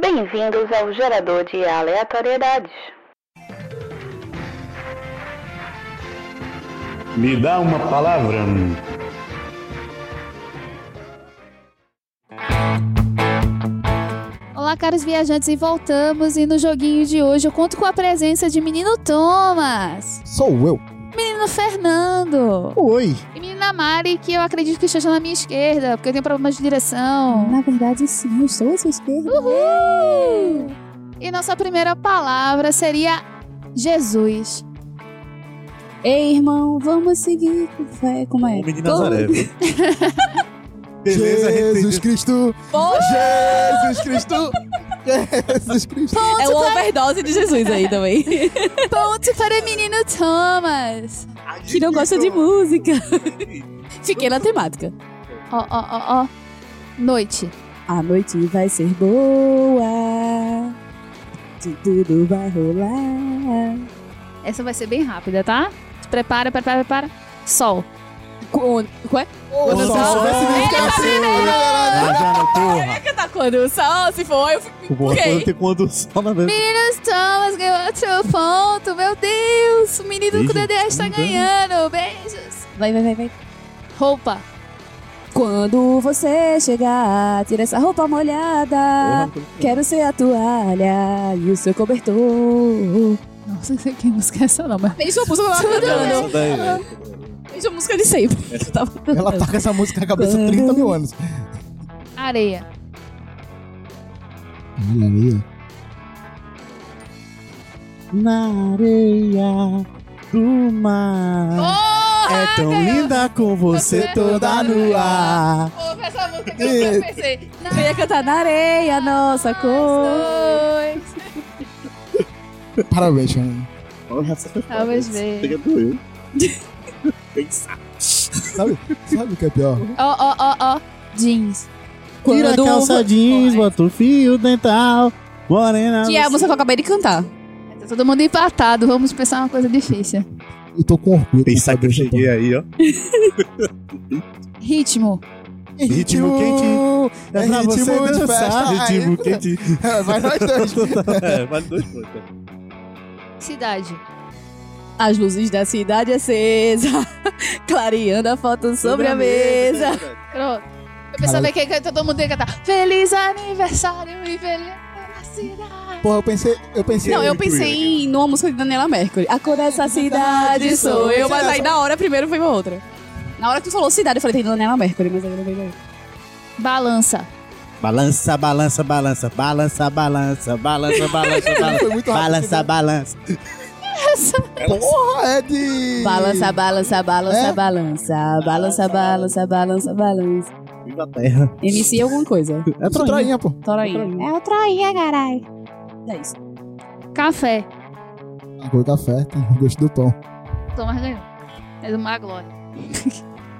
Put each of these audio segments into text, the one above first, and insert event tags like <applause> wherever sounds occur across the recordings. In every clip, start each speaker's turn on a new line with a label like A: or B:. A: Bem-vindos ao gerador de aleatoriedades.
B: Me dá uma palavra.
C: Olá, caros viajantes, e voltamos. E no joguinho de hoje eu conto com a presença de menino Thomas,
D: Sou eu.
C: menino Fernando
D: Oi.
C: e menina Mari, que eu acredito que esteja na minha esquerda, porque eu tenho problemas de direção.
E: Na verdade, sim, eu sou a sua esquerda.
C: Uhul! E nossa primeira palavra seria Jesus.
E: Ei, irmão, vamos seguir com fé. Como é?
F: Homem de
E: Todo-
F: Nazaré. viu? Beleza,
D: Jesus
F: arrependido.
D: Cristo.
G: Pô,
D: Jesus Cristo. Jesus Cristo.
G: é uma overdose de Jesus aí também.
C: Ponto para o menino Thomas.
E: <laughs>
D: tá
E: Que não gosta de música.
G: Fiquei na temática.
C: Ó, ó, ó, ó. Noite.
E: A noite vai ser boa. De tudo vai rolar.
C: Essa vai ser bem rápida, tá? Se Prepara, prepara, prepara. Sol.
G: Quando, qual é?
D: Ô,
G: Quando o
D: Sol,
G: sol-
D: vai se dedicar a
F: é
D: você.
F: né, porra.
G: Tá quando o sol se for, eu fico
F: Porra,
G: ok.
F: quando tem quando o sol na verdade.
C: Thomas ganhou outro ponto. Meu Deus, o menino do
F: Beijo,
C: DDS está
F: tudo bem.
C: ganhando. Beijos.
E: Vai, vai, vai, vai.
C: Roupa.
E: Quando você chegar, tira essa roupa molhada. Quero ser a toalha e o seu cobertor.
C: Nossa, não sei que música é essa não, mas...
G: Mesma música que eu tava cantando.
F: Essa daí, velho.
G: Mesma música de sempre. que eu tava cantando.
D: Ela tá com essa música na cabeça há 30 mil anos.
C: Areia.
D: Na areia.
F: Na areia do mar.
C: Porra,
F: é tão linda com você
C: Você
F: toda nua.
C: Porra, essa música que
D: eu
C: pensei.
E: Eu ia cantar na areia, nossa cor.
C: Dois.
D: Parabéns, Fernando.
F: Porra, essa foi foda.
C: Talvez
F: Essa
C: veja.
D: <laughs>
F: pega doeu. Pensar.
D: Sabe, sabe o que é pior?
C: Ó, ó, ó, ó. Jeans.
F: Tira a
G: Quando-
F: calça jeans, bota
D: um
F: o fio dental. Morena.
G: Que é a música que eu acabei de cantar.
C: Tá todo mundo empatado. Vamos pensar uma coisa difícil.
D: Eu tô com orgulho.
F: Pensar que é. eu
D: sabe?
F: cheguei aí, ó.
C: Ritmo.
F: Ritmo quente. É pra
D: ritmo
F: você
D: de
F: dançar.
D: festa.
F: É Ritmo
D: Aí-
F: quente.
D: É.
F: <laughs>
D: Vai nós dois.
F: É, vale dois pontos.
C: Cidade.
G: As luzes da cidade acesa, <laughs> clareando a foto sobre a mesa.
C: Pronto. Eu pensava que que todo mundo ia cantar Feliz aniversário e feliz na cidade.
D: Porra, eu pensei. Eu pensei.
G: Não, eu pensei em numa música de Daniela Mercury. A cor dessa cidade sou eu, mas aí na hora primeiro foi uma outra. Na hora que tu falou cidade, eu falei, tem Daniela Mercury, mas aí não veio daí.
C: Balança.
F: Balança, balança, balança, balança, balança, balança, <laughs> balança, balança.
D: Foi muito rápido.
F: Balança, balança.
D: Porra, é de.
E: Balança, balança, balança,
D: É?
E: balança. Balança, balança, balança, balança.
F: Viva a terra.
E: MC alguma coisa.
F: É
D: Isso, Troinha,
F: troinha.
D: pô.
G: Torainha.
E: É o troinha, carai. É isso.
C: Café.
D: Cor café, tem o gosto do pão.
C: Thomas ganhou. É uma glória.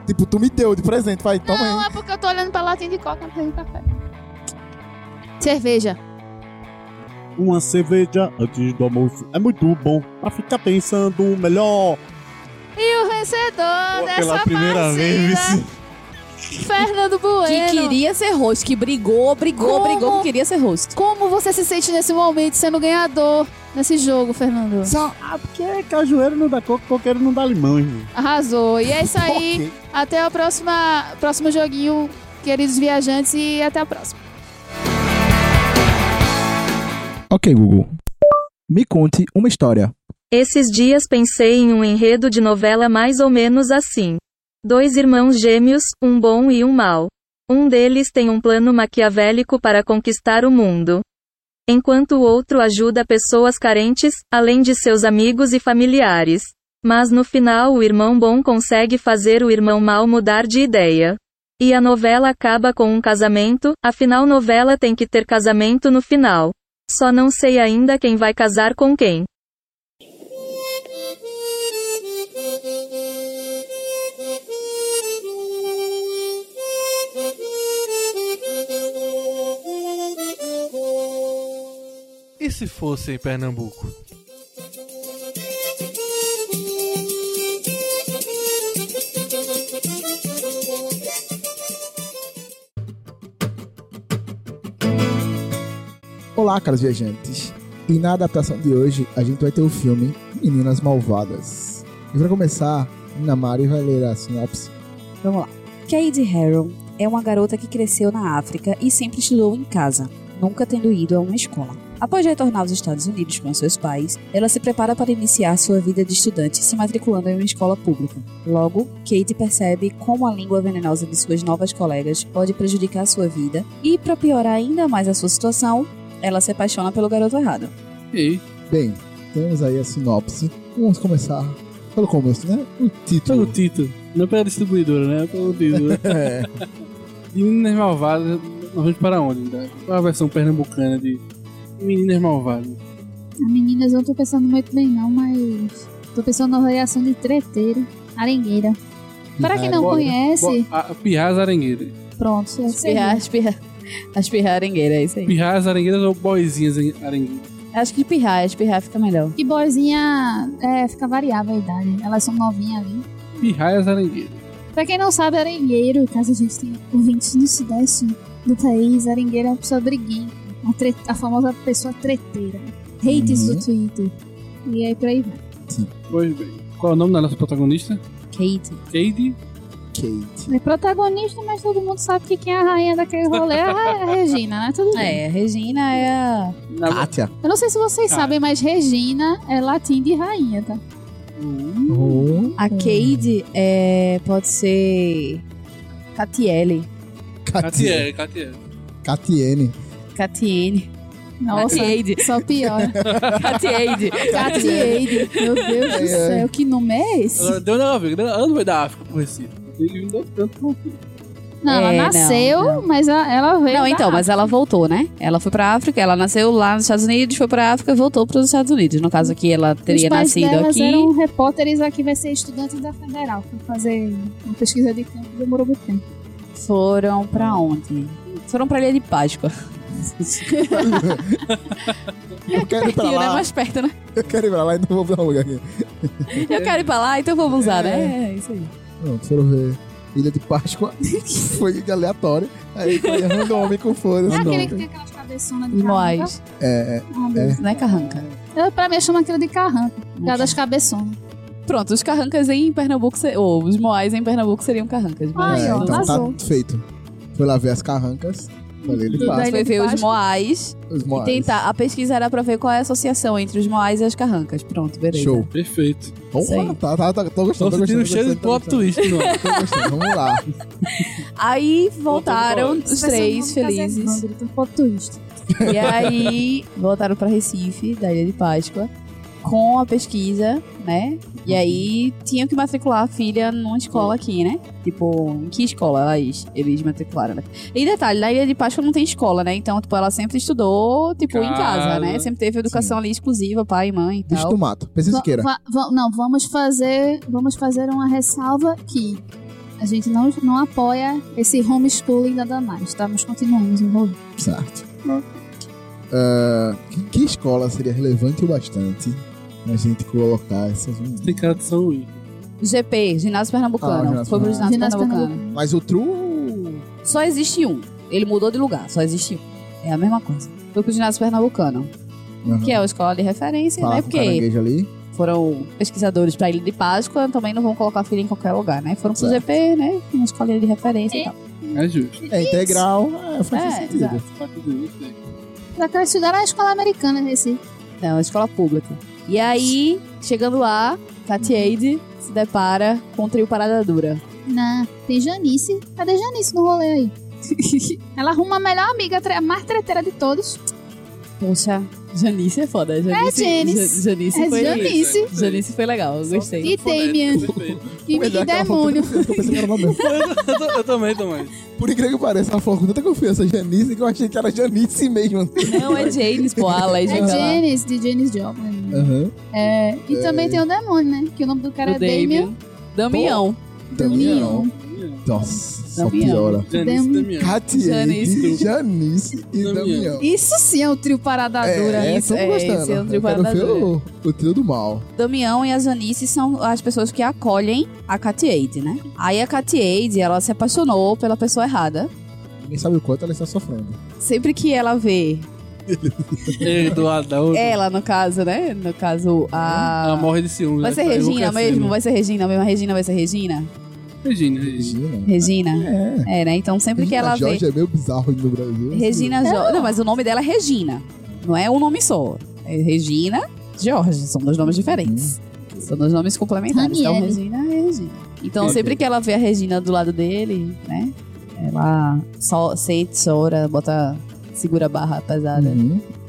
D: Tipo, tu me deu de presente, vai, toma
C: Não,
D: aí.
C: é porque eu tô olhando pra latinha de coca não de café. Cerveja.
F: Uma cerveja antes do almoço é muito bom pra ficar pensando o melhor.
C: E o vencedor
F: Pô,
C: dessa
F: pela primeira
C: partida,
F: <laughs> vez.
C: Fernando
G: Que
C: Bueno.
G: queria ser host, que brigou, brigou,
C: Como?
G: brigou, que queria ser host.
C: Como você se sente nesse momento sendo ganhador nesse jogo, Fernando?
D: Só.
F: Ah, porque cajueiro não dá coco, coqueiro não dá limão, irmão.
C: Arrasou. E é isso aí.
D: Ok.
C: Até o próxima, próximo joguinho, queridos viajantes, e até a próxima.
H: Ok, Google. Me conte uma história.
I: Esses dias pensei em um enredo de novela mais ou menos assim. Dois irmãos gêmeos, um bom e um mau. Um deles tem um plano maquiavélico para conquistar o mundo. Enquanto o outro ajuda pessoas carentes, além de seus amigos e familiares. Mas no final o irmão bom consegue fazer o irmão mau mudar de ideia. E a novela acaba com um casamento, afinal novela tem que ter casamento no final. Só não sei ainda quem vai casar com quem.
J: E se fosse em Pernambuco?
D: Olá, caros viajantes. E na adaptação de hoje, a gente vai ter o filme Meninas Malvadas. E pra começar, Ana Mari vai ler a sinopse.
E: Vamos lá. Cade Harrow é uma garota que cresceu na África e sempre estudou em casa, nunca tendo ido a uma escola. Após retornar aos Estados Unidos com seus pais, ela se prepara para iniciar sua vida de estudante se matriculando em uma escola pública. Logo, Kate percebe como a língua venenosa de suas novas colegas pode prejudicar sua vida e, para piorar ainda mais a sua situação, ela se apaixona pelo garoto errado.
K: E
D: Bem, temos aí a sinopse. Vamos começar pelo começo, né? O título.
K: pelo título, não é pela distribuidora, né? Pelo título.
D: <laughs> É.
K: Meninas Malvadas, nós vamos para onde? Né? Qual a versão pernambucana de Meninas Malvadas?
C: Meninas, eu não tô pensando muito bem não, mas tô pensando na variação de treteira, arengueira. Para
F: É,
C: quem não
K: Bora,
F: né?
C: conhece,
K: Bo- a- Pirras Arengueiras.
C: pronto, é isso aí.
G: Espirrar, espirrar. Espirrar arengueira, é isso aí.
K: Pirras Arengueiras ou Boizinhas Arengueiras?
G: Acho que espirrar, espirrar fica melhor.
C: E boizinha é, fica variável a idade, elas são novinhas ali.
K: Pirras Arengueiras.
C: Pra quem não sabe, arengueiro, caso a gente tenha ouvintes no sudeste do país, arengueiro é uma pessoa briguenta, uma tre- a famosa pessoa treteira. Hates
D: Uhum.
C: do Twitter. E aí por aí vai.
K: Pois bem. Qual é o nome da nossa protagonista?
G: Kate.
K: Cade
D: Kate.
C: É protagonista, mas todo mundo sabe que quem é a rainha daquele rolê é a a Regina, né? Tudo bem.
G: É, a Regina é a.
K: na...
D: Kátia.
C: Eu não sei se vocês
K: Cara.
C: sabem, mas Regina é latim de rainha, tá?
K: Hum,
D: Oh,
G: A Cade é. pode ser. Catiele.
D: Katia.
K: Catiele, Catiele.
D: Katiene.
G: Catiene.
C: Nossa,
G: Catiede.
C: só piora. <laughs>
G: Catiede.
C: Catiade. Meu Deus do céu, que nome é esse?
K: Ela deu na África, ela não veio da África pro Recife. Ele vindo tanto pro Recife.
C: Não,
G: É,
C: ela
G: não,
C: nasceu,
G: não.
C: mas a- ela veio.
G: Não,
C: da
G: então, mas ela voltou, né? Ela foi pra África, ela nasceu lá nos Estados Unidos, foi pra África e voltou pros Estados Unidos. No caso aqui, ela teria
C: Os pais
G: nascido
C: delas
G: aqui.
C: eram repórteres aqui, vai ser estudante da Federal. Foi fazer uma pesquisa de campo, demorou muito tempo.
G: Foram pra onde? Foram pra Ilha de Páscoa.
D: Eu quero ir pra
G: <laughs> Pertinho, né?
D: lá.
G: Mais perto, né?
D: Eu quero ir pra lá e não vou pra lugar aqui.
G: Eu quero ir pra lá, então vamos usar, né? É isso aí.
D: Pronto, foram ver Ilha de Páscoa. <laughs> foi aleatório. Aí foi randômico,
C: É
D: foda-se.
G: Tá
C: aquele que
D: pronto.
C: tem aquelas cabeçonas de carranca.
G: Moais.
D: É,
C: Ah, Deus.
G: Não é carranca.
C: Eu, pra mim, eu chamo aquilo de carranca. Por causa das cabeçonas.
G: Pronto, os carrancas em Pernambuco, se- ou os moais em Pernambuco seriam carrancas. né?
C: Ai,
G: mas-
D: é,
C: ó,
D: então
C: arrasou.
D: tá feito. Foi lá ver as carrancas. Falei, ele
C: Tudo
D: passa.
C: aí.
G: Foi ver os
C: Páscoa.
G: moais
D: Os
G: e
D: moais.
G: tentar. A pesquisa era pra ver qual é a associação entre os moais e as carrancas. Pronto, beleza.
D: Show.
K: Perfeito.
D: Vamos lá,
G: né? Sei.
D: tá, tá, tá, tô
K: Tô
D: gostando, tô
K: sentindo
D: gostando.
K: o cheiro de
D: tô
K: plot
D: gostando,
K: twist,
D: <laughs>
K: não.
D: tô gostando, tô gostando. Vamos lá.
G: Aí voltaram
K: Voltando
C: um
G: os três felizes. E aí voltaram pra Recife, da Ilha de Páscoa, com a pesquisa, né? E aí tinham que matricular a filha numa escola aqui, né? Tipo, em que escola eles, eles matricularam, né? E detalhe, na Ilha de Páscoa não tem escola, né? Então, tipo, ela sempre estudou, tipo, em casa,
K: Casa.
G: né? Sempre teve educação ali exclusiva, pai e mãe e <laughs>
D: Bicho
G: tal.
D: do mato. Pensa em
C: Va-
D: Siqueira.
C: va- va- não, vamos fazer, vamos fazer uma ressalva que a gente não, não apoia esse homeschooling da Damares, tá? Mas continuamos envolvidos.
D: Certo. Ah, que, que escola seria relevante o bastante a gente colocar essas um-
K: Tem cara de São Luís.
G: GP, Ginásio Pernambucano.
D: Ah, Ginásio
G: Foi pro Ginásio,
C: Ginásio
G: Pernambucano.
D: Mas o True.
G: Só existe um. Ele mudou de lugar, só existe um. É a mesma coisa. Foi pro Ginásio Pernambucano,
D: Uhum.
G: que é a escola de referência,
D: Fala
G: né?
D: com o
G: Porque
D: caranguejo ali.
G: foram pesquisadores pra Ilha de Páscoa, também não vão colocar filho em qualquer lugar, né? Foram pro
D: Certo.
G: GP, né? Uma escolinha de referência e tal.
K: É justo.
D: É integral. É, faz
G: É,
D: sentido.
G: exato.
K: Tá tudo isso aí.
C: Pra cá estudar na escola americana nesse.
G: Não, é escola pública. E aí, chegando lá, Catiade se depara com o trio Parada Dura.
C: Na, tem Janice. Cadê Janice no rolê
G: <laughs>
C: aí? Ela arruma a melhor amiga, a tre- a mais treteira de todos.
G: Poxa, Janice é foda. Janice,
C: Janice.
G: Ja- Janice
C: É
G: foi...
C: Janice.
G: Janice foi legal, eu gostei.
C: E Damien. Que,
G: é
C: que
D: Melhor é que ela falou
C: demônio.
D: tanta confiança, eu pensei que era uma merda.
K: Eu tô- Eu também, também.
D: Por incrível que pareça, ela falou com tanta confiança Janice que eu achei que era Janice mesmo.
G: Não, é James, pô, a
C: É
G: Legend. lá.
C: Janice, de Janis Joplin.
D: Aham.
C: É, e também tem o demônio, né? Que o nome do cara
G: O
C: é Damien.
G: Damien. Damião.
D: Damião. Nossa, só
G: Damião.
D: piora.
K: Janice
C: Dam-
K: Damião.
D: Catiele,
G: Janice.
D: Janice e
K: Damião.
D: Damião.
C: Isso sim é
G: um
C: o trio parada dura.
D: É,
G: isso,
D: tô
G: é,
D: gostando.
G: esse é o trio
D: Eu quero
G: parada
D: ver
G: dura.
D: o, o trio do mal.
G: Damião e a Janice são as pessoas que acolhem a Catiade, né? Aí a Catiade, ela se apaixonou pela pessoa errada.
D: Ninguém sabe o quanto ela está sofrendo.
G: Sempre que ela vê
K: Ele do lado da outra.
G: Ela, no caso, né? No caso, a.
K: Ela morre de né? ciúmes.
G: Vai ser
K: ela fica
G: Regina
K: enlouquecendo.
G: mesmo? Vai ser Regina mesmo? A Regina vai ser Regina?
K: né? Regina, Regina.
G: Regina? É, né? Então sempre que ela
D: Jorge
G: vê.
D: é meio bizarro no Brasil. assim.
G: Regina Jorge. Uhum. Não, mas o nome dela é Regina. Não é um nome só. É Regina Jorge. São dois nomes diferentes. São dois nomes complementares. Então,
E: Ranieri.
G: Regina é Regina. Então,
E: Ok.
G: sempre que ela vê a Regina do lado dele, né? Ela só sente, chora, bota. segura a barra pesada.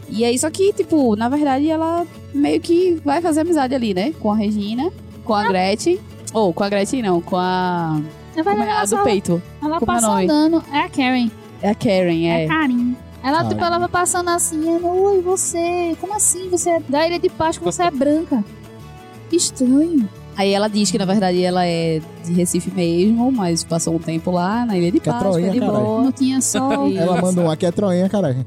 G: E é isso aqui, tipo, na verdade ela meio que vai fazer amizade ali, né? Com a Regina, com a Gretchen. Ou com a Gretchen não, com a.
C: Na
G: Como é
C: verdade,
G: a
C: ela
G: do
C: só-
G: peito.
C: Ela
G: Como é o
C: passa
G: nome?
C: andando. É a Karen.
G: É a Karen, é. Ah,
C: É Karen. Ela,
G: Karen.
C: tipo, ela vai passando assim, ela, oi, você, como assim? Você é da Ilha de Páscoa, você é branca. Estranho.
G: Aí ela diz que na verdade ela é de Recife mesmo, mas passou um tempo lá na Ilha de Páscoa,
D: troinha,
G: de
D: caralho.
G: boa.
C: Não tinha
G: <laughs>
C: sol.
D: Ela manda um aqui é tronha, caralho.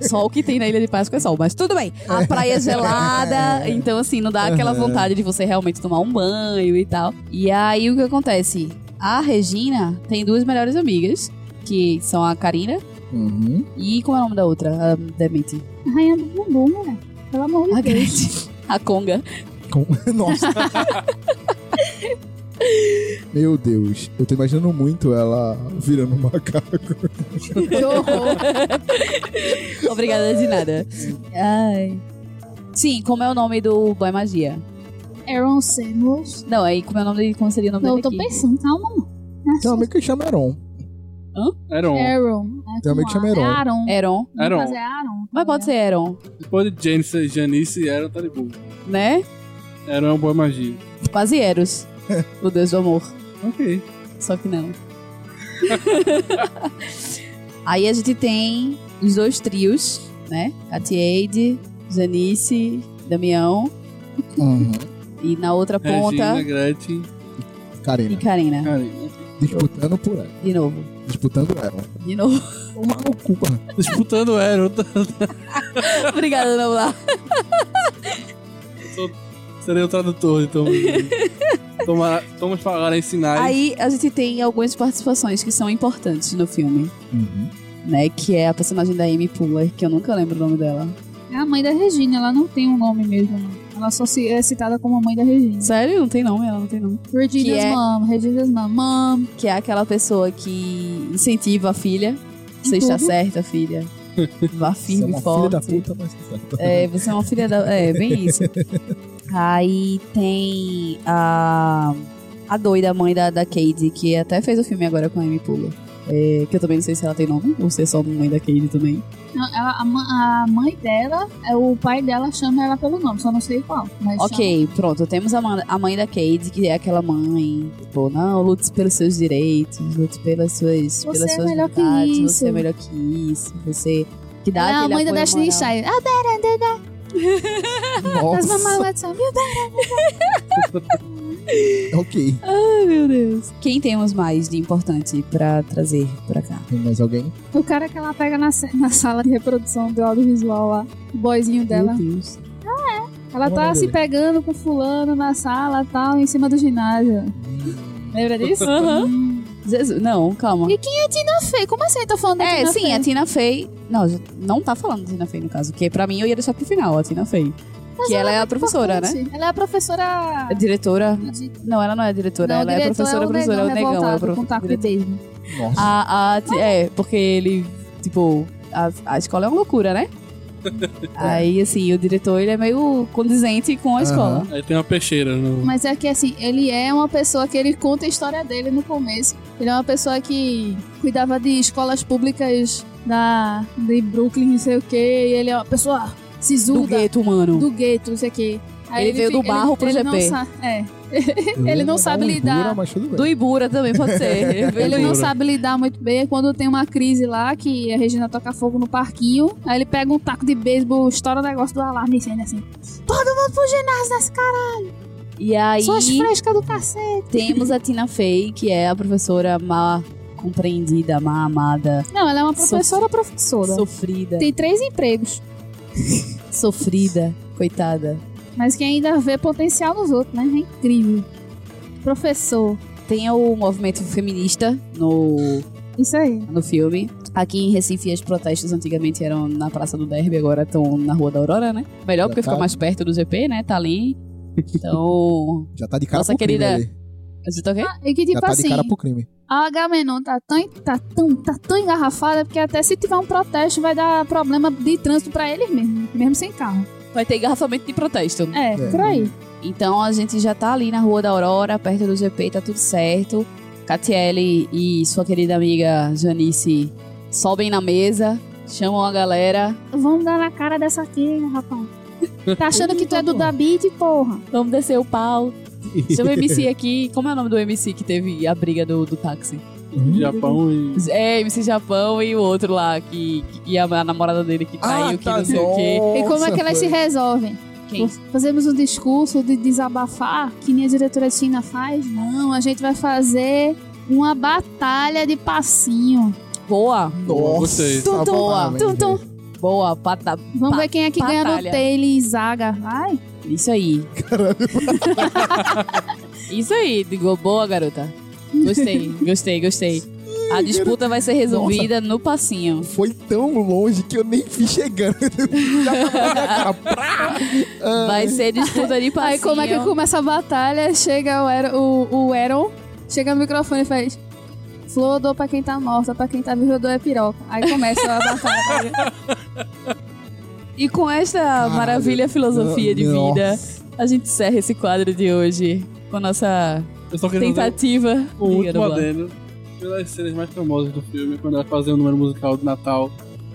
G: Só o que tem na Ilha de Páscoa é sol, mas tudo bem. A praia é gelada, então assim, não dá aquela
E: Aham.
G: vontade de você realmente tomar um banho e tal. E aí o que acontece? A Regina tem duas melhores amigas, que são a Karina
D: Uhum.
G: e como é o nome da outra? A Demente.
C: Rainha do bumbum, mulher. Pelo amor de
G: A
C: Deus.
G: Gretchen. A Conga.
D: <laughs> Nossa. Meu Deus, eu tô imaginando muito ela virando um macaco.
G: <laughs> Obrigada de nada. Ai. Sim, como é o nome do Boy Magia?
C: Aaron Samuels.
G: Não, aí como é o nome dele? Como seria o nome
C: Não, eu
G: dele?
C: tô
G: aqui?
C: pensando, tá calma.
D: Tem um amigo que chama Heron.
G: Hã?
K: Eron.
C: Aaron.
D: Tem um amigo que chama
C: É
D: Heron.
C: Aaron.
G: Heron.
K: Heron.
C: Mas é Aaron.
G: Mas pode ser Heron,
K: um. Depois de Janice, Janice e Eron tá de boa.
G: né?
K: Eron é uma boa magia.
G: Quase Eros. o deus do amor.
K: Ok.
G: Só que não. aí a gente tem os dois trios, né? Catiade, Janice, Damião. Uhum. E na outra ponta,
K: Regina, Gretchen.
D: Karina.
G: E Karina.
D: Disputando por ela.
G: De novo.
D: Disputando ela.
G: De novo.
D: Uma culpa.
K: Disputando o tá? Eron.
G: Obrigada, Naula.
K: Serei o tradutor,
G: <laughs>
K: então. Tomara, vamos falar em sinais.
G: Aí a gente tem algumas participações que são importantes no filme, né? Que é a personagem da Amy Poehler, que eu nunca lembro o nome dela.
C: É a mãe da Regina, ela não tem um nome mesmo. não. Ela só se- é citada como a mãe da Regina.
G: Sério? Não tem nome, ela não tem nome.
C: Regina's
G: Que é-
C: mom, Regina's mom, mom.
G: Que é aquela pessoa que incentiva a filha. Você
C: Em
G: está
C: tudo.
G: certa, filha. Vá
D: Você é
G: firme
D: uma
G: e forte.
D: filha da puta,
C: <laughs>
D: mas tá certo.
G: É, você é uma filha da. É, bem isso. Aí tem a. A doida mãe da, da Cade, que até fez o filme agora com a Amy Poehler. É, que eu também não sei se ela tem nome, ou se é só mãe da Cade também.
C: Não, ela- a, ma- a mãe dela, é, o pai dela chama ela pelo nome, só não sei qual. Mas
G: Ok, pronto. Temos a, ma- a mãe da Cade, que é aquela mãe. Tipo, não, lute pelos seus direitos, lute pelas suas,
C: Você
G: pelas
C: é
G: suas
C: melhor que
G: vontades,
C: isso.
G: você é melhor que isso, você. Que dá
C: Chama. Ela é a
G: aquele
C: mãe da
G: apoio
C: Destiny
G: moral.
C: Child. Ah, better, better. That's my mom, that's my- you
D: <laughs> ok.
G: Ai, meu Deus. Quem temos mais de importante pra trazer pra cá?
D: Tem mais alguém?
C: better. O cara que ela pega na, <laughs> ce- na sala de reprodução do audiovisual lá, o boyzinho dela.
G: Deus.
C: Ela
D: Como é o
C: tá
D: nome
C: se
D: dele?
C: pegando com fulano na sala tal, em cima do ginásio. Hum. Lembra disso?
G: Aham. <laughs> Jesus, não, calma.
C: E quem é Tina Fey? Como assim eu tô falando da
G: É,
C: Tina
G: sim,
C: Fey?
G: a Tina Fey. Não, não tá falando da Tina Fey no caso, porque pra mim eu ia deixar pro final a Tina Fey.
C: Mas
G: que ela é a
C: muito
G: professora,
C: importante.
G: né?
C: Ela é a professora.
G: É diretora.
C: de-
G: Não, ela não é diretora,
C: Não,
G: ela é
C: diretor
G: professora, professora, é o negão, é o
C: revoltado com taco
G: professor.
C: de beisebol.
G: A, a ti- é, porque ele, tipo, a, a escola é uma loucura, né? Aí, assim, o diretor ele é meio condizente com a escola.
K: Aí tem uma peixeira no.
C: Mas é que assim, ele é uma pessoa que ele conta a história dele no começo. Ele é uma pessoa que cuidava de escolas públicas da, de Brooklyn, não sei o quê. E ele é uma pessoa sisuda.
G: Do gueto, mano.
C: Do gueto, não sei o quê.
G: Ele veio do
C: fica-
G: barro pro
C: ele não
G: GP.
C: sa- é. <laughs> ele não
D: um
C: sabe lidar.
G: Do Ibura também pode ser.
C: <laughs>
D: É
C: Ele não
G: Ibura.
C: sabe lidar muito bem. é Quando tem uma crise lá, que a Regina toca fogo no parquinho, aí ele pega um taco de beisebol, estoura o negócio do alarme e acende assim: Todo mundo pro ginásio desse caralho!
G: E aí.
C: Suas frescas do cacete!
G: Temos a Tina Fey, que é a professora má compreendida, má amada,
C: Não, ela é uma professora professora.
G: sofrida.
C: Tem três empregos,
G: Sofrida, coitada.
C: mas que ainda vê potencial nos outros, né? É incrível. Professor.
G: Tem o movimento feminista no,
C: Isso aí.
G: no filme, Aqui em Recife, os protestos antigamente eram na Praça do Derby, agora estão na Rua da Aurora, né? Melhor porque
D: tá-
G: fica mais perto do GP, né? Tá ali.
D: <laughs>
G: Então.
D: Já tá de cara
G: Nossa
D: pro crime
G: querida.
D: ali.
G: Você tá ok?
C: E que
D: Já
C: tipo
D: tá de
C: assim,
D: cara pro crime.
C: a Agamenon tá tão, tá, tão, tá tão engarrafada porque até se tiver um protesto vai dar problema de trânsito pra eles mesmo, mesmo sem carro.
G: Vai ter engarrafamento de protesto.
C: É, por aí.
G: Então a gente já tá ali na Rua da Aurora, perto do GP, tá tudo certo. Catiele e sua querida amiga Janice sobem na mesa, chamam a galera.
C: Vamos dar na cara dessa aqui, rapaz. Tá achando que tu é do Dabid, porra?
G: Vamos descer o pau. Chama o MC aqui. Como é o nome do MC que teve a briga do, do táxi?
K: Japão e.
G: É, MC Japão e o outro lá, que, que e a, a namorada dele que traiu, que não sei o quê.
C: E como é que elas se resolvem?
G: Quem?
C: Fazemos um discurso de desabafar, que nem a diretora de China faz? Não, a gente vai fazer uma batalha de passinho.
G: Boa!
K: gostei.
D: tá
C: Tum, tum, tum, tum.
G: Boa, pata.
C: Vamos ver quem é que ganha no
G: Batalha.
C: Taylor e Zaga. Vai.
G: Isso aí. <laughs> Isso aí, digo, boa, garota. Gostei, gostei, gostei. A disputa vai ser resolvida no passinho.
D: Foi tão longe que eu nem vi chegando. <laughs>
G: Vai ser disputa <laughs> de passinho.
C: Aí como é que começa a batalha? Chega o, Ero- o, o Eron, chega no microfone e faz. Flor, eu dou pra quem tá morta, pra quem tá vivo, eu dou é piroca. Aí começa a batalha. <laughs>
G: E com esta maravilha filosofia de vida, a gente encerra esse quadro de hoje com a nossa
K: Eu só queria fazer
G: tentativa. Diga,
K: um último
G: Noblar.
K: adendo. Uma das cenas mais famosas do filme, quando ela fazia o número musical de Natal,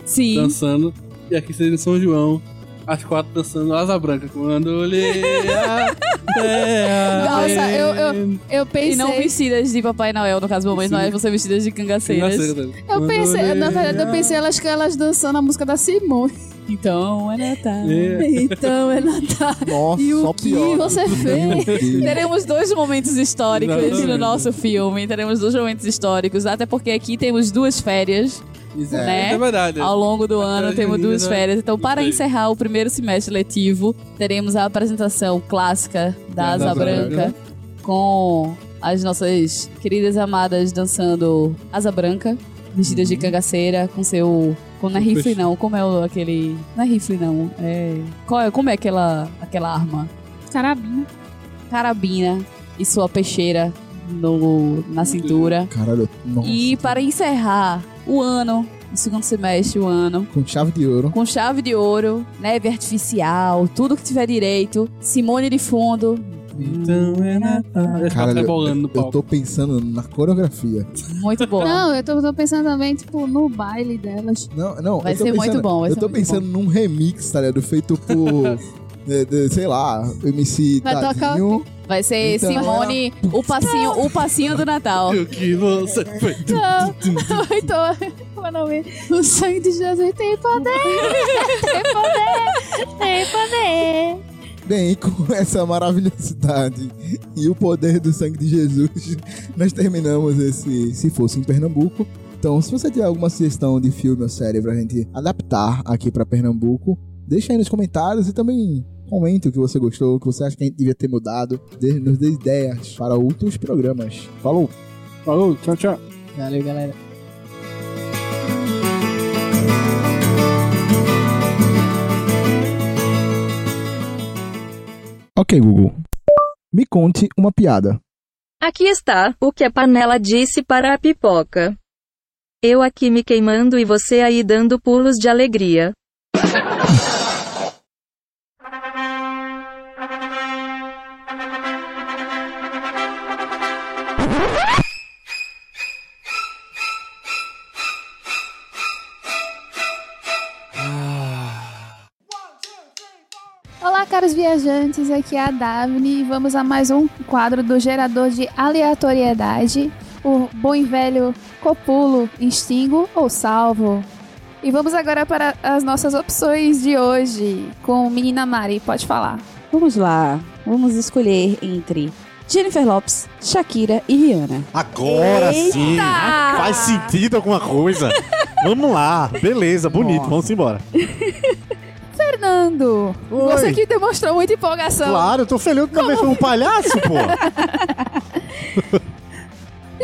G: Sim.
K: dançando. E aqui seria em São João, as quatro dançando Asa Branca. Quando eu olhei a terra
C: <laughs> Nossa, eu, eu, eu pensei.
G: E não vestidas de Papai Noel, no caso, Mamãe Noel, você vestidas de cangaceiras.
C: Eu pensei, na verdade,
K: é
C: eu pensei elas, que elas dançando a música da Simone.
G: Então é Natal.
K: É.
G: Então é Natal.
D: Nossa,
G: e
D: só
G: o que
D: piora.
G: você fez? Teremos dois momentos históricos no
K: Exatamente.
G: nosso filme. Teremos dois momentos históricos, até porque aqui temos duas férias.
K: Isso
G: né?
K: é verdade.
G: Ao longo do
K: A
G: ano
K: férias
G: temos duas
K: juninas,
G: férias. Então, para
K: sei.
G: encerrar o primeiro semestre letivo, teremos a apresentação clássica da Asa Branca com as nossas queridas amadas dançando Asa Branca, vestidas de cangaceira, com seu. Com, não é rifle,
K: peixe.
G: não. Como é o- aquele. Não é rifle, não. É. Qual é, como é aquela, aquela arma?
C: Carabina.
G: Carabina e sua peixeira no, na cintura.
D: Caralho, nossa.
G: E para encerrar o ano, o segundo semestre, o ano,
D: Com chave de ouro.
G: com chave de ouro, neve artificial, tudo que tiver direito, Simone de fundo,
K: Então é Natal. Elas
D: Caralho,
K: ficam rebolando no
D: eu, eu
K: palco.
D: tô pensando na coreografia.
G: muito boa.
C: Não, eu tô, tô pensando também, tipo, no baile delas.
D: Não, não.
G: Vai
D: eu tô
G: ser
D: pensando-
G: muito bom, vai
D: eu
G: ser
D: tô
G: muito
D: pensando num remix, tá ligado? Feito por.
C: <laughs>
D: de- de- sei lá, MC
C: Vai tocar
D: Tadinho.
G: Vai ser
D: Então,
G: Simone, o passinho, o passinho do Natal.
K: O que você fez?
D: <laughs>
C: Não, então, como é o nome? <laughs> O sangue de Jesus tem poder! Tem poder! Tem poder!
D: Bem, e com <laughs> essa maravilhosidade e o poder do sangue de Jesus, <laughs> nós terminamos esse Se Fosse em Pernambuco. Então, se você tiver alguma sugestão de filme ou série pra gente adaptar aqui pra Pernambuco, deixa aí nos comentários e também comente o que você gostou, o que você acha que a gente devia ter mudado. Dê- Nos dê ideias para outros programas. Falou!
K: Falou, tchau, tchau.
G: Valeu, galera.
H: Ok, Google. Me conte uma piada.
I: Aqui está o que a panela disse para a pipoca. Eu aqui me queimando e você aí dando pulos de alegria.
C: Olá, caros viajantes, aqui é a Daphne e vamos a mais um quadro do gerador de aleatoriedade, o bom e velho copulo, instingo ou salvo. E vamos agora para as nossas opções de hoje, com Menina Mari, pode falar.
E: Vamos lá, vamos escolher entre Jennifer Lopes, Shakira e Rihanna.
F: Agora sim! Faz sentido alguma
C: <laughs>
F: coisa? Vamos lá, beleza, bonito, vamos embora.
C: Fernando, você que demonstrou muita empolgação.
F: Claro, eu tô feliz que também foi um palhaço,
C: <laughs>
F: pô.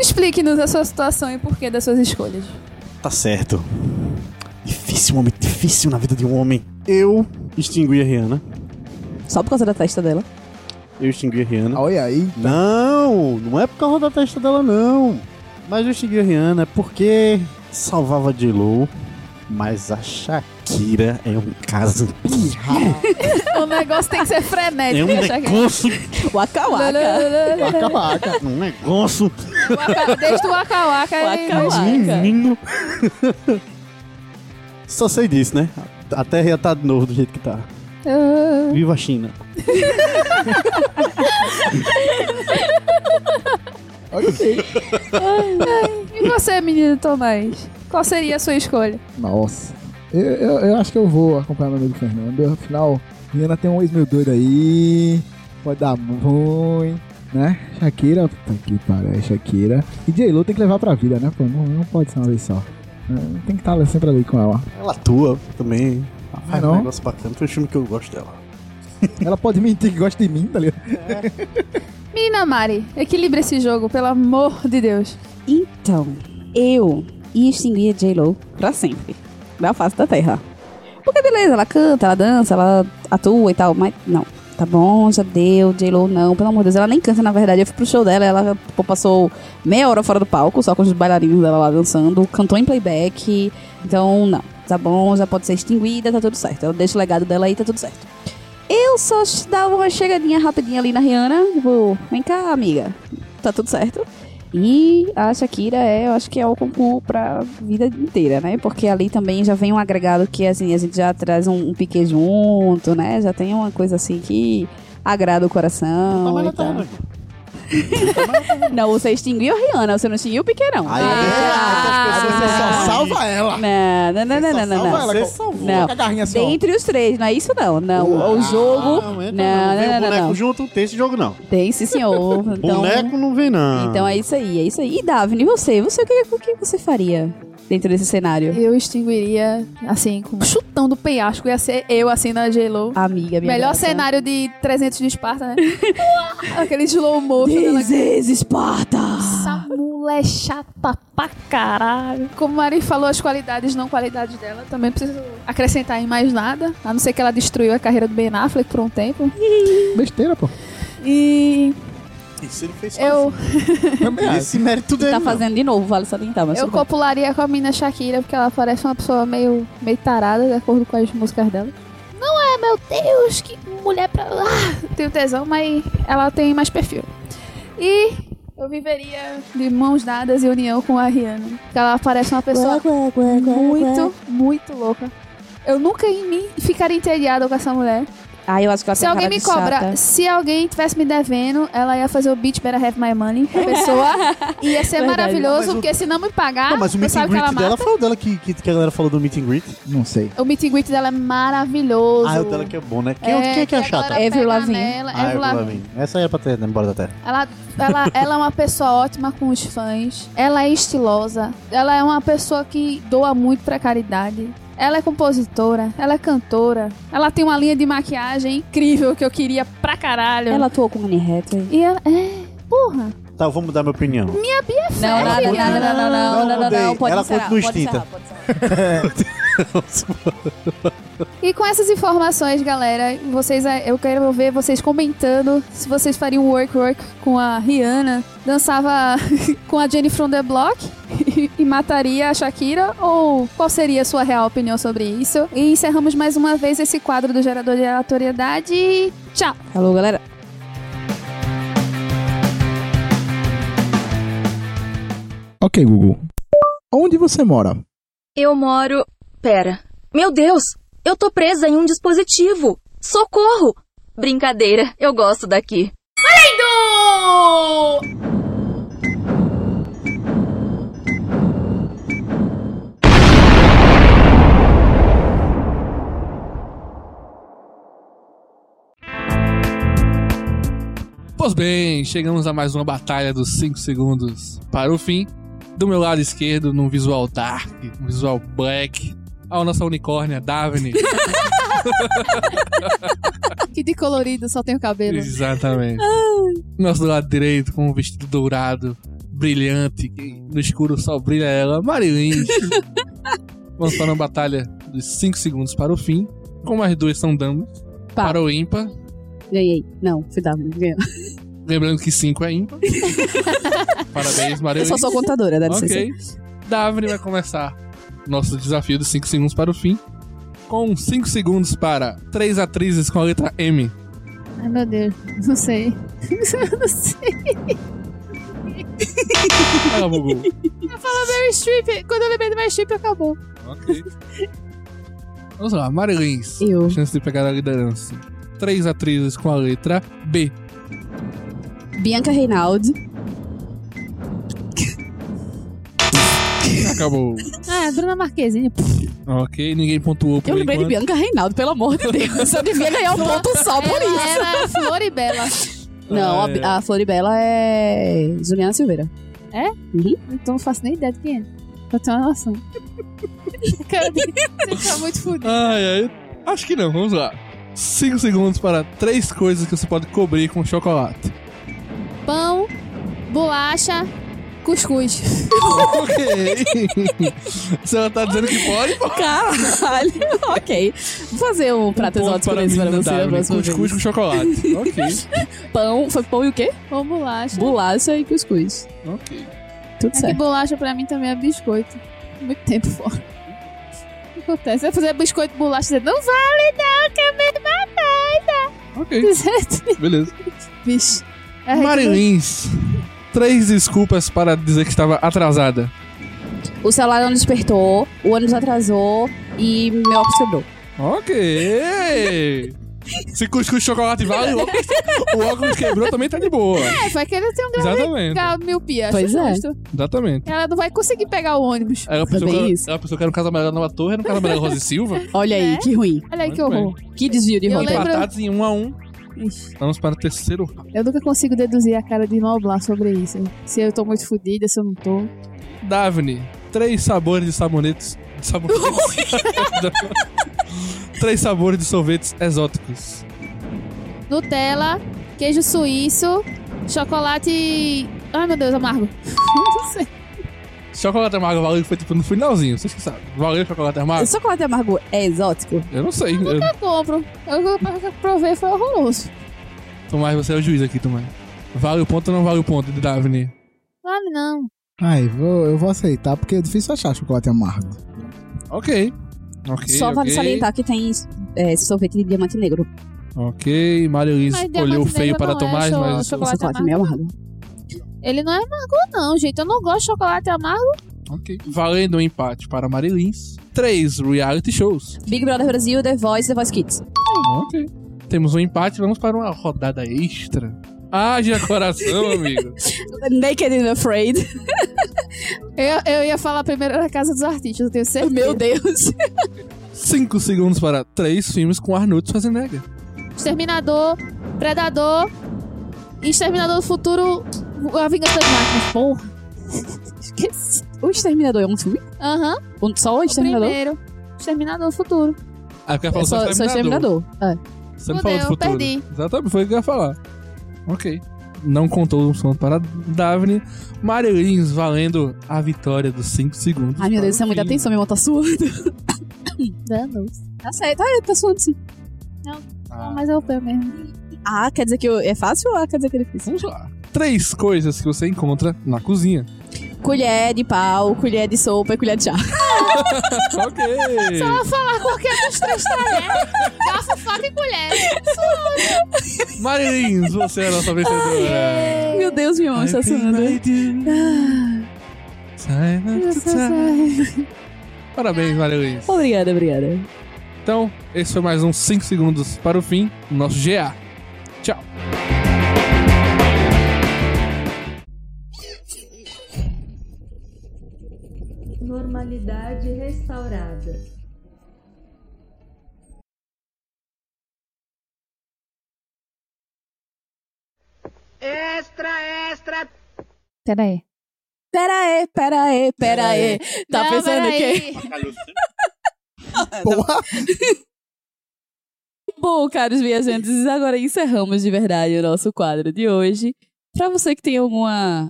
C: Explique-nos a sua situação e o porquê das suas escolhas.
F: Tá certo. Difícil, momento difícil na vida de um homem. Eu extingui a Rihanna.
G: Só por causa da testa dela.
F: Eu extingui a Rihanna.
D: Olha aí.
F: Não, não é por causa da testa dela, não. Mas eu extingui a Rihanna é porque salvava de Lou. Mas a Shakira é um caso
C: o negócio tem que ser frenético.
F: <laughs> É um
C: deixa
F: <laughs>
C: aqui.
F: negócio.
G: Waka
C: Waka
F: waka. <laughs> Um negócio.
C: Waka- Desde o Waka Waka. ele-
F: Menino. <laughs> Só sei disso, né? A Terra ia estar de novo do jeito que tá.
C: Ah.
F: Viva a China.
D: Ok.
C: Ai, E você, menino Tomás? Qual seria a sua escolha?
D: Nossa. Eu, eu, eu acho que eu vou acompanhar meu amigo Fernando. Afinal, Rihanna tem um ex meio doido aí. Pode dar ruim, né? Shakira, puta que pariu, é Shakira. E J-Lo tem que levar pra vida, né? Pô, não, não pode ser uma vez só. É, Tem que estar sempre ali com ela.
F: Ela atua também. Ela faz
D: não?
F: um negócio bacana. Foi um filme que eu gosto dela.
D: Ela pode mentir que gosta de mim, tá ligado?
C: Menina Mari, equilibra esse jogo, pelo amor de Deus.
G: Então, eu ia extinguir a J-Lo pra sempre. Da face da terra. Porque beleza, ela canta, ela dança, ela atua e tal, mas não. Tá bom, já deu, J-Lo não, pelo amor de Deus. Ela nem canta, na verdade. Eu fui pro show dela, ela pô, passou meia hora fora do palco, só com os bailarinos dela lá dançando, cantou em playback. Então, não. Tá bom, já pode ser extinguida, tá tudo certo. Eu deixo o legado dela aí, tá tudo certo. Eu só dava uma chegadinha rapidinha ali na Rihanna, tipo, vem cá, amiga, tá tudo certo. E a Shakira é, eu acho que é o concurso pra vida inteira, né? Porque ali também já vem um agregado que, assim, a gente já traz um, um pique junto, né? Já tem uma coisa assim que agrada o coração. e
F: tá
G: tal. Não, você extinguiu a Rihanna, você não extinguiu o Ah, Piquet, não.
F: Aí é verdade, as pessoas
D: só salva
G: ela. ah, Não, não, não, não, não, não.
D: salva ela,
G: Você
D: co-
G: salvou.
D: coloca a garrinha assim, ó.
G: Dentre os três, não é isso não. Não, o jogo... Não, não,
F: Ah, não, vem o
G: não, não,
F: boneco
G: não.
F: junto, tem esse jogo não.
G: Tem sim, senhor. Então,
F: Boneco não vem não.
G: então é isso aí, é isso aí. E Daphne, e você? Você, o que, o que você faria dentro desse cenário?
C: Eu extinguiria, assim, com um chutão do penhasco. Ia ser eu, assim, na J-Lo.
G: Amiga, minha
C: Melhor
G: gata.
C: cenário de 300 de Esparta, né? <laughs> Aquele slow motion.
G: This is Esparta!
C: Essa mulher é chata pra caralho. Como a Mari falou, as qualidades não qualidades dela. Também não preciso acrescentar em mais nada. A não ser que ela destruiu a carreira do Ben Affleck por um tempo.
D: Besteira, pô.
C: E
F: Isso ele fez
C: eu,
G: <laughs>
F: Esse mérito dele.
G: Tá
F: não.
G: fazendo de novo, vale salientar, Tá, mas
C: eu
G: tudo bem.
C: copularia com a mina Shakira, porque ela parece uma pessoa meio, meio tarada, de acordo com as músicas dela. Não é, meu Deus, que mulher pra lá. <laughs> Tenho tesão, mas ela tem mais perfil. E eu viveria de mãos dadas e união com a Rihanna. Porque ela parece uma pessoa muito, muito louca. Eu nunca em mim ficaria entediada com essa mulher.
G: Ah, eu acho que ela
C: Se
G: tem
C: alguém
G: cara
C: me
G: de chata.
C: cobra, se alguém tivesse me devendo, ela ia fazer o beat Better Have My Money
G: <laughs>
C: pra pessoa. e ia ser
G: Verdade.
C: maravilhoso,
F: Não, mas o-
C: porque se não me pagar,
F: Não, mas o
C: eu
F: meet and
C: sabe que ela
F: greet dela
C: mata.
F: foi o dela que, que, que a galera falou do meet and greet.
D: Não sei.
C: O meet and greet dela é maravilhoso.
F: Ah, o dela que é bom, né? Quem é, quem é, que é a chata?
C: galera
G: Avril
C: pega
G: Lavigne.
C: nela,
F: Ah,
C: Avril
F: Avril
C: Lavigne.
F: Lavigne. Essa é pra terra, embora da terra.
C: Ela, ela,
F: <laughs>
C: ela é uma pessoa ótima com os fãs. Ela é estilosa. Ela é uma pessoa que doa muito pra caridade. Ela é compositora, ela é cantora. Ela tem uma linha de maquiagem incrível que eu queria pra caralho.
G: Ela atuou com o Annie Hathaway.
C: E ela. É. Porra.
F: Tá, eu vou mudar minha opinião.
G: Não, nada,
C: filha.
G: nada, não, não, não,
F: Não,
G: não, não,
F: mudei.
G: não, pode
F: Ela
G: encerrar,
F: continua
G: pode
F: extinta.
G: encerrar, pode encerrar.
C: E com essas informações, galera, vocês, eu quero ver vocês comentando se vocês fariam work work com a Rihanna, dançava <laughs> com a Jenny from the Block <laughs> e mataria a Shakira ou qual seria a sua real opinião sobre isso? E encerramos mais uma vez esse quadro do gerador de aleatoriedade. Tchau. <laughs>
G: Falou, galera.
L: Ok, Google. Onde você mora?
I: Eu moro. Pera. Meu Deus! Eu tô presa em um dispositivo! Socorro! Brincadeira, eu gosto daqui.
K: Pois bem, chegamos a mais uma batalha dos 5 segundos para o fim. Do meu lado esquerdo, num visual dark, um visual black, a nossa unicórnia, Daphne.
C: Que de colorido, só tem o cabelo.
K: Exatamente. Nosso do lado direito, com um vestido dourado, brilhante, que no escuro só brilha
G: <laughs>
K: ela, Marilyn. Vamos para uma batalha dos 5 segundos para o fim. Como as duas são damas,
G: Pá.
K: para o ímpar.
G: Ganhei. Não, fui W, ganhou.
K: Lembrando que 5
G: <laughs>
K: é ímpar. Parabéns,
G: Eu
K: Marilyn.
G: só sou assim. contadora, dá licença.
K: Ok. Daphne vai começar nosso desafio dos 5 segundos para o fim. Com 5 segundos para três atrizes com a letra M.
C: Ai, meu Deus. Não sei. <laughs> não sei.
K: Ela bugou.
C: Eu falo Mary Streep. Quando eu lembrei do Mary Streep, acabou.
K: Ok. <laughs> Vamos lá, Marilins.
G: Eu.
K: Chance de pegar a liderança. Três atrizes com a letra
G: <laughs>
K: B.
G: Bianca Reinaldi.
K: Acabou.
G: Ah, Bruna Marquezine.
K: ok, ninguém pontuou por
G: Eu lembrei de
K: enquanto.
G: Bianca Reinaldo, pelo amor de Deus. Eu devia ganhar um ponto só por
C: Ela
G: isso.
C: era <laughs> Floribela.
G: Não, a,
K: é.
G: a Floribela é Juliana Silveira.
C: É?
G: Uhum.
C: Então não faço nem ideia de quem é. Pra ter uma
G: <laughs>
C: noção. Cara, você tá muito fudido.
K: Ai, ai. Acho que não, vamos lá. Cinco segundos para três coisas que você pode cobrir
G: <laughs>
K: com chocolate.
C: Pão, bolacha, cuscuz.
K: <laughs> ok. Se ela tá dizendo que pode, pode.
G: Caralho, <laughs> ok. Vou fazer um prato
K: Ponto
G: exótico desse para
K: menina
G: você na
K: Daphne.
G: próxima vez.
K: Cuscuz
G: <laughs>
K: com chocolate. ok,
G: Pão, foi pão e o quê?
C: Pão, bolacha.
G: Bolacha e cuscuz.
K: ok.
G: Tudo
C: É que
G: certo.
C: bolacha pra mim também é biscoito. Muito tempo fora. O que acontece? Você vai fazer biscoito bolacha você não vale, não, que é a mesma coisa.
G: <laughs>
K: Ok,
C: Tá certo?
K: beleza.
C: Bicho. É
K: Marilins. Três desculpas para dizer que estava atrasada.
G: O celular não despertou, o ônibus atrasou e meu óculos quebrou.
K: Ok. Se cuscuz com chocolate vale, o óculos, o óculos quebrou também tá de boa.
C: É, vai querer ter um grau
K: Exatamente.
C: de miopia. acho
G: Pois é.
C: justo.
K: Exatamente.
C: Ela não vai conseguir pegar o ônibus.
K: Aí Ela pensou,
G: Também
K: que era,
G: isso.
K: ela pensou que era um caso amarelo na Nova Torre, era um caso amarelo Rosa e Silva.
G: Olha aí,
C: Né?
G: que ruim.
C: Olha aí que
K: Muito
C: horror.
G: Que desvio de
C: Eu
G: rota.
C: lembro-
K: Empatados em um a um.
C: Ixi.
K: Vamos para o terceiro round.
C: Eu nunca consigo deduzir a cara de Noblar sobre isso. Se eu tô muito fodida, se eu não tô.
K: Daphne, três sabores de sabonetes.
C: <laughs>
K: De sabonetes. três sabores de sorvetes exóticos.
C: Nutella, queijo suíço, chocolate. Ai meu Deus, amargo. <laughs> Não sei.
K: Chocolate amargo valeu que foi tipo no finalzinho, vocês que sabem. Valeu chocolate
G: O
K: amargo?
G: chocolate amargo é exótico?
K: Eu não sei.
C: Eu
K: Eu,
C: compro. Eu, eu, eu provei, foi horroroso.
K: Tomás, você é o juiz aqui, Tomás. Vale o ponto ou não vale o ponto de Daphne?
C: Ah, não.
D: Ai, vou, eu vou aceitar, porque é difícil achar chocolate amargo.
K: Ok. Ok.
G: Só vale
K: ok.
G: salientar que tem é, sorvete de diamante negro.
K: Ok, Mário Liz
C: Mas
K: olhou
C: diamante
K: feio
C: negro
K: para
C: não é
K: Tomás,
C: cho-
K: mas.
G: O
C: chocolate
G: chocolate
C: amargo.
G: meio amargo.
C: Ele não é amargo, não, gente. Eu não gosto de chocolate amargo.
K: Ok. Valendo um empate para Mário Liz. Três reality shows.
G: Big Brother Brasil, The Voice, The Voice Kids.
K: Ok. Temos um empate, vamos para uma rodada extra. Haja
G: <laughs>
K: coração, amigo.
G: Naked and Afraid.
C: Eu, eu ia falar primeiro na casa dos artistas, eu tenho certeza.
G: Meu Deus.
K: Cinco segundos para três filmes com Arnold Schwarzenegger.
C: Exterminador, Predador, Exterminador do Futuro, A Vingança das Máquinas. Porra. Esqueci.
G: O Exterminador é um filme?
C: Aham,
G: Um- Só o
C: o
G: Exterminador?
C: primeiro. Exterminador do Futuro.
K: Ah, porque ela
G: É
K: falou
G: só, só o Exterminador. É.
K: Você não
C: Fudeu,
K: falou do futuro.
C: perdi.
K: Exatamente, foi o que eu ia falar. Ok. Não contou o som para Daphne. Mario Lins valendo a vitória dos 5 segundos.
G: Ai, meu Deus, isso é muita
K: Para o fim.
G: atenção, meu irmão tá suando.
C: Dando.
G: <laughs> Tá certo, ah, tá suando sim.
K: Ah,
C: Mas é o pé mesmo.
G: Ah, quer dizer que eu- é fácil ou ah, quer dizer que é difícil?
K: vamos lá. Três coisas que você encontra na
G: <laughs>
K: cozinha.
G: Colher de pau, colher de sopa e colher de chá.
K: ok.
C: Falar qualquer é dos três tá, né? talheres. Garfo, faca e colher.
K: Mario Lins, você é a nossa vencedora.
G: Meu Deus, meu irmão,
K: I
G: está
K: think
G: suando.
K: I do.
G: Ah.
K: Silent Parabéns, Mario Lins.
G: Obrigada, obrigada.
K: Então, esse foi mais uns 5 segundos para o fim do nosso GA. Tchau.
I: Normalidade restaurada.
C: Pera aí.
G: Pera aí, pera aí, pera aí. Tá pensando o quê?
D: Porra!
G: Bom, caros viajantes, agora encerramos de verdade o nosso quadro de hoje. Pra você que tem alguma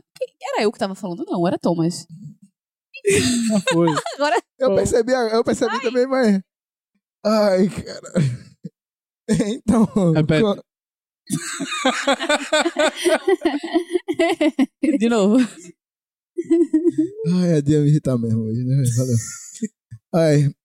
G: Era eu que tava falando, não, era Thomas. Agora.
D: Eu percebi, eu percebi também, mas. Ai, cara. <laughs> Então. co-
G: De novo.
D: Ai, a Dia me irritar mesmo hoje, né? Valeu. Ai,